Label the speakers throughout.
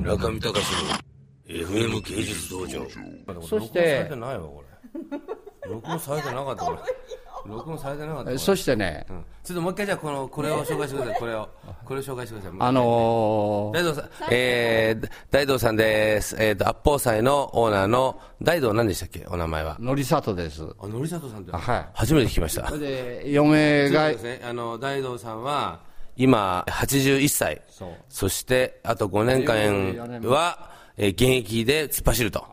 Speaker 1: 中見隆の FM 芸術道場
Speaker 2: そして
Speaker 1: 録音されてないわこれ録音されてなかったこれ録音されてなかったこれ
Speaker 2: そしてね、
Speaker 1: うんちょっともう一回じゃあこのこれを紹介してくださいこれをこれを紹介してください
Speaker 2: あのー
Speaker 1: 大道さん、えー、大道さんです。えっ、と、八宝菜のオーナーの、大道何でしたっけお名前は。
Speaker 2: のりさとです。
Speaker 1: あ、のりさとさんって、
Speaker 2: はい
Speaker 1: 初めて聞きました
Speaker 2: そ。れで、嫁
Speaker 1: そう
Speaker 2: が
Speaker 1: で、すね。あの、大道さんは、今、81歳。
Speaker 2: そう
Speaker 1: そして、あと5年間は、えー現役で突っ走ると。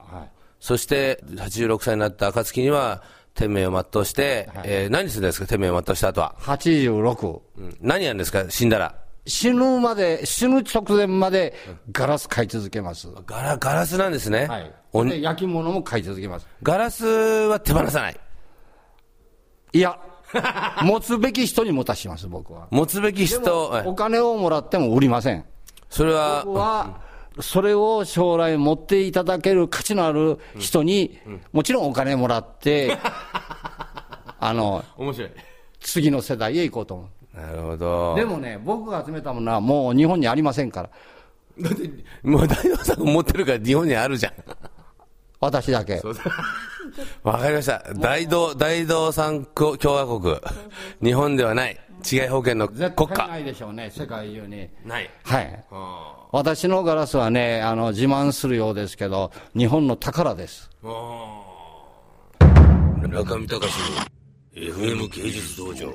Speaker 1: そして、86歳になった暁には、天命を全うして、えー何するんですか天命を全うした後は。
Speaker 2: 86。
Speaker 1: うん何やるんですか死んだら。
Speaker 2: 死ぬまで、死ぬ直前までガラス買い続けます。
Speaker 1: ガラ、ガラスなんですね。
Speaker 2: はい。
Speaker 1: お
Speaker 2: で焼き物も買い続けます。
Speaker 1: ガラスは手放さない。
Speaker 2: いや、持つべき人に持たします、僕は。
Speaker 1: 持つべき人、はい
Speaker 2: お金をもらっても売りません。
Speaker 1: それは、
Speaker 2: 僕は、それを将来持っていただける価値のある人に、もちろんお金もらって、あの、
Speaker 1: 面白い。
Speaker 2: 次の世代へ行こうと思う。
Speaker 1: なるほど。
Speaker 2: でもね、僕が集めたものはもう日本にありませんから、
Speaker 1: もう大道さんが持ってるから日本にあるじゃん。
Speaker 2: 私だけ。
Speaker 1: わかりました。大道、大道産共和国。日本ではない。治外保険の
Speaker 2: 絶
Speaker 1: 国
Speaker 2: 対な
Speaker 1: 家。
Speaker 2: いでしょうね、世界中に。
Speaker 1: ない。
Speaker 2: はい。
Speaker 1: あ
Speaker 2: 私のガラスはね、あの、自慢するようですけど、日本の宝です。
Speaker 1: あ。中見隆の FM 芸術道場。